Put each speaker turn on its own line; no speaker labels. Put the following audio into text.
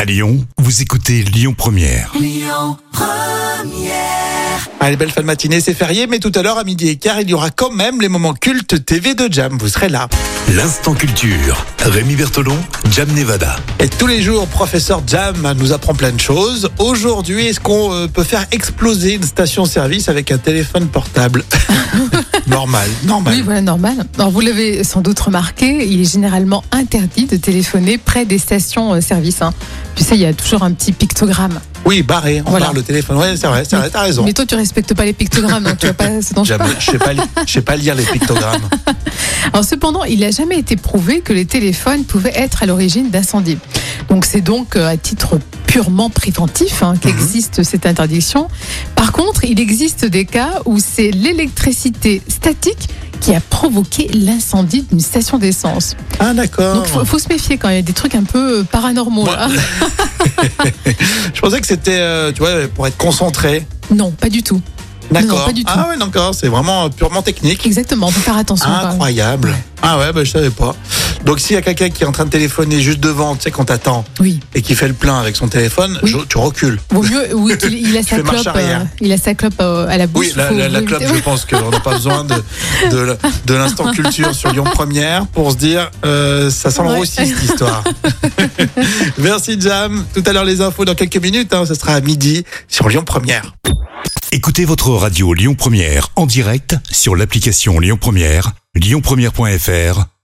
À Lyon, vous écoutez Lyon Première.
Allez, belle fin de matinée, c'est férié, mais tout à l'heure à midi et quart, il y aura quand même les moments cultes TV de Jam, vous serez là.
L'instant culture. Rémi Bertolon, Jam Nevada.
Et tous les jours, professeur Jam nous apprend plein de choses. Aujourd'hui, est-ce qu'on euh, peut faire exploser une station-service avec un téléphone portable Normal, normal.
Oui, voilà, normal. Alors, vous l'avez sans doute remarqué, il est généralement interdit de téléphoner près des stations-service. hein. Tu sais, il y a toujours un petit pictogramme.
Oui, barré, on
Voilà.
parle le téléphone. Oui, c'est vrai, c'est vrai, t'as raison.
Mais toi, tu respectes pas les pictogrammes, donc tu vois pas ce dont je
Jamais,
parle.
je sais pas, li- je sais pas lire les pictogrammes.
Alors, cependant, il n'a jamais été prouvé que les téléphones pouvaient être à l'origine d'incendies. Donc, c'est donc euh, à titre purement préventif hein, qu'existe cette interdiction. Par contre, il existe des cas où c'est l'électricité statique qui a provoqué l'incendie d'une station d'essence.
Ah, d'accord.
Donc, faut, faut se méfier quand il y a des trucs un peu euh, paranormaux.
Moi-
là.
Je pensais que c'était, euh, tu vois, pour être concentré.
Non, pas du tout.
D'accord.
Non, pas du tout.
Ah, ouais, d'accord, c'est vraiment euh, purement technique.
Exactement, faut faire attention. quand même.
Incroyable. Ah ouais, bah, je savais pas. Donc s'il y a quelqu'un qui est en train de téléphoner juste devant, tu sais, qu'on t'attend
Oui,
et qui fait le plein avec son téléphone,
Oui.
je- tu recules.
vaut mieux. Oui, qu'il- il a sa
fais marche
clope.
arrière.
euh, il a sa clope euh, à la bouche.
Oui, la,
faut-
la- la
faut
clope,
éviter.
je pense qu'on n'a pas besoin de, de, la- de l'instant culture sur Lyon Première pour se dire, euh, ça sent le
Ouais.
roussi cette histoire. Merci Jam. Tout à l'heure les infos dans quelques minutes, hein, ce sera à midi sur Lyon Première.
Écoutez votre radio Lyon Première en direct sur l'application Lyon Première, lyonpremière.fr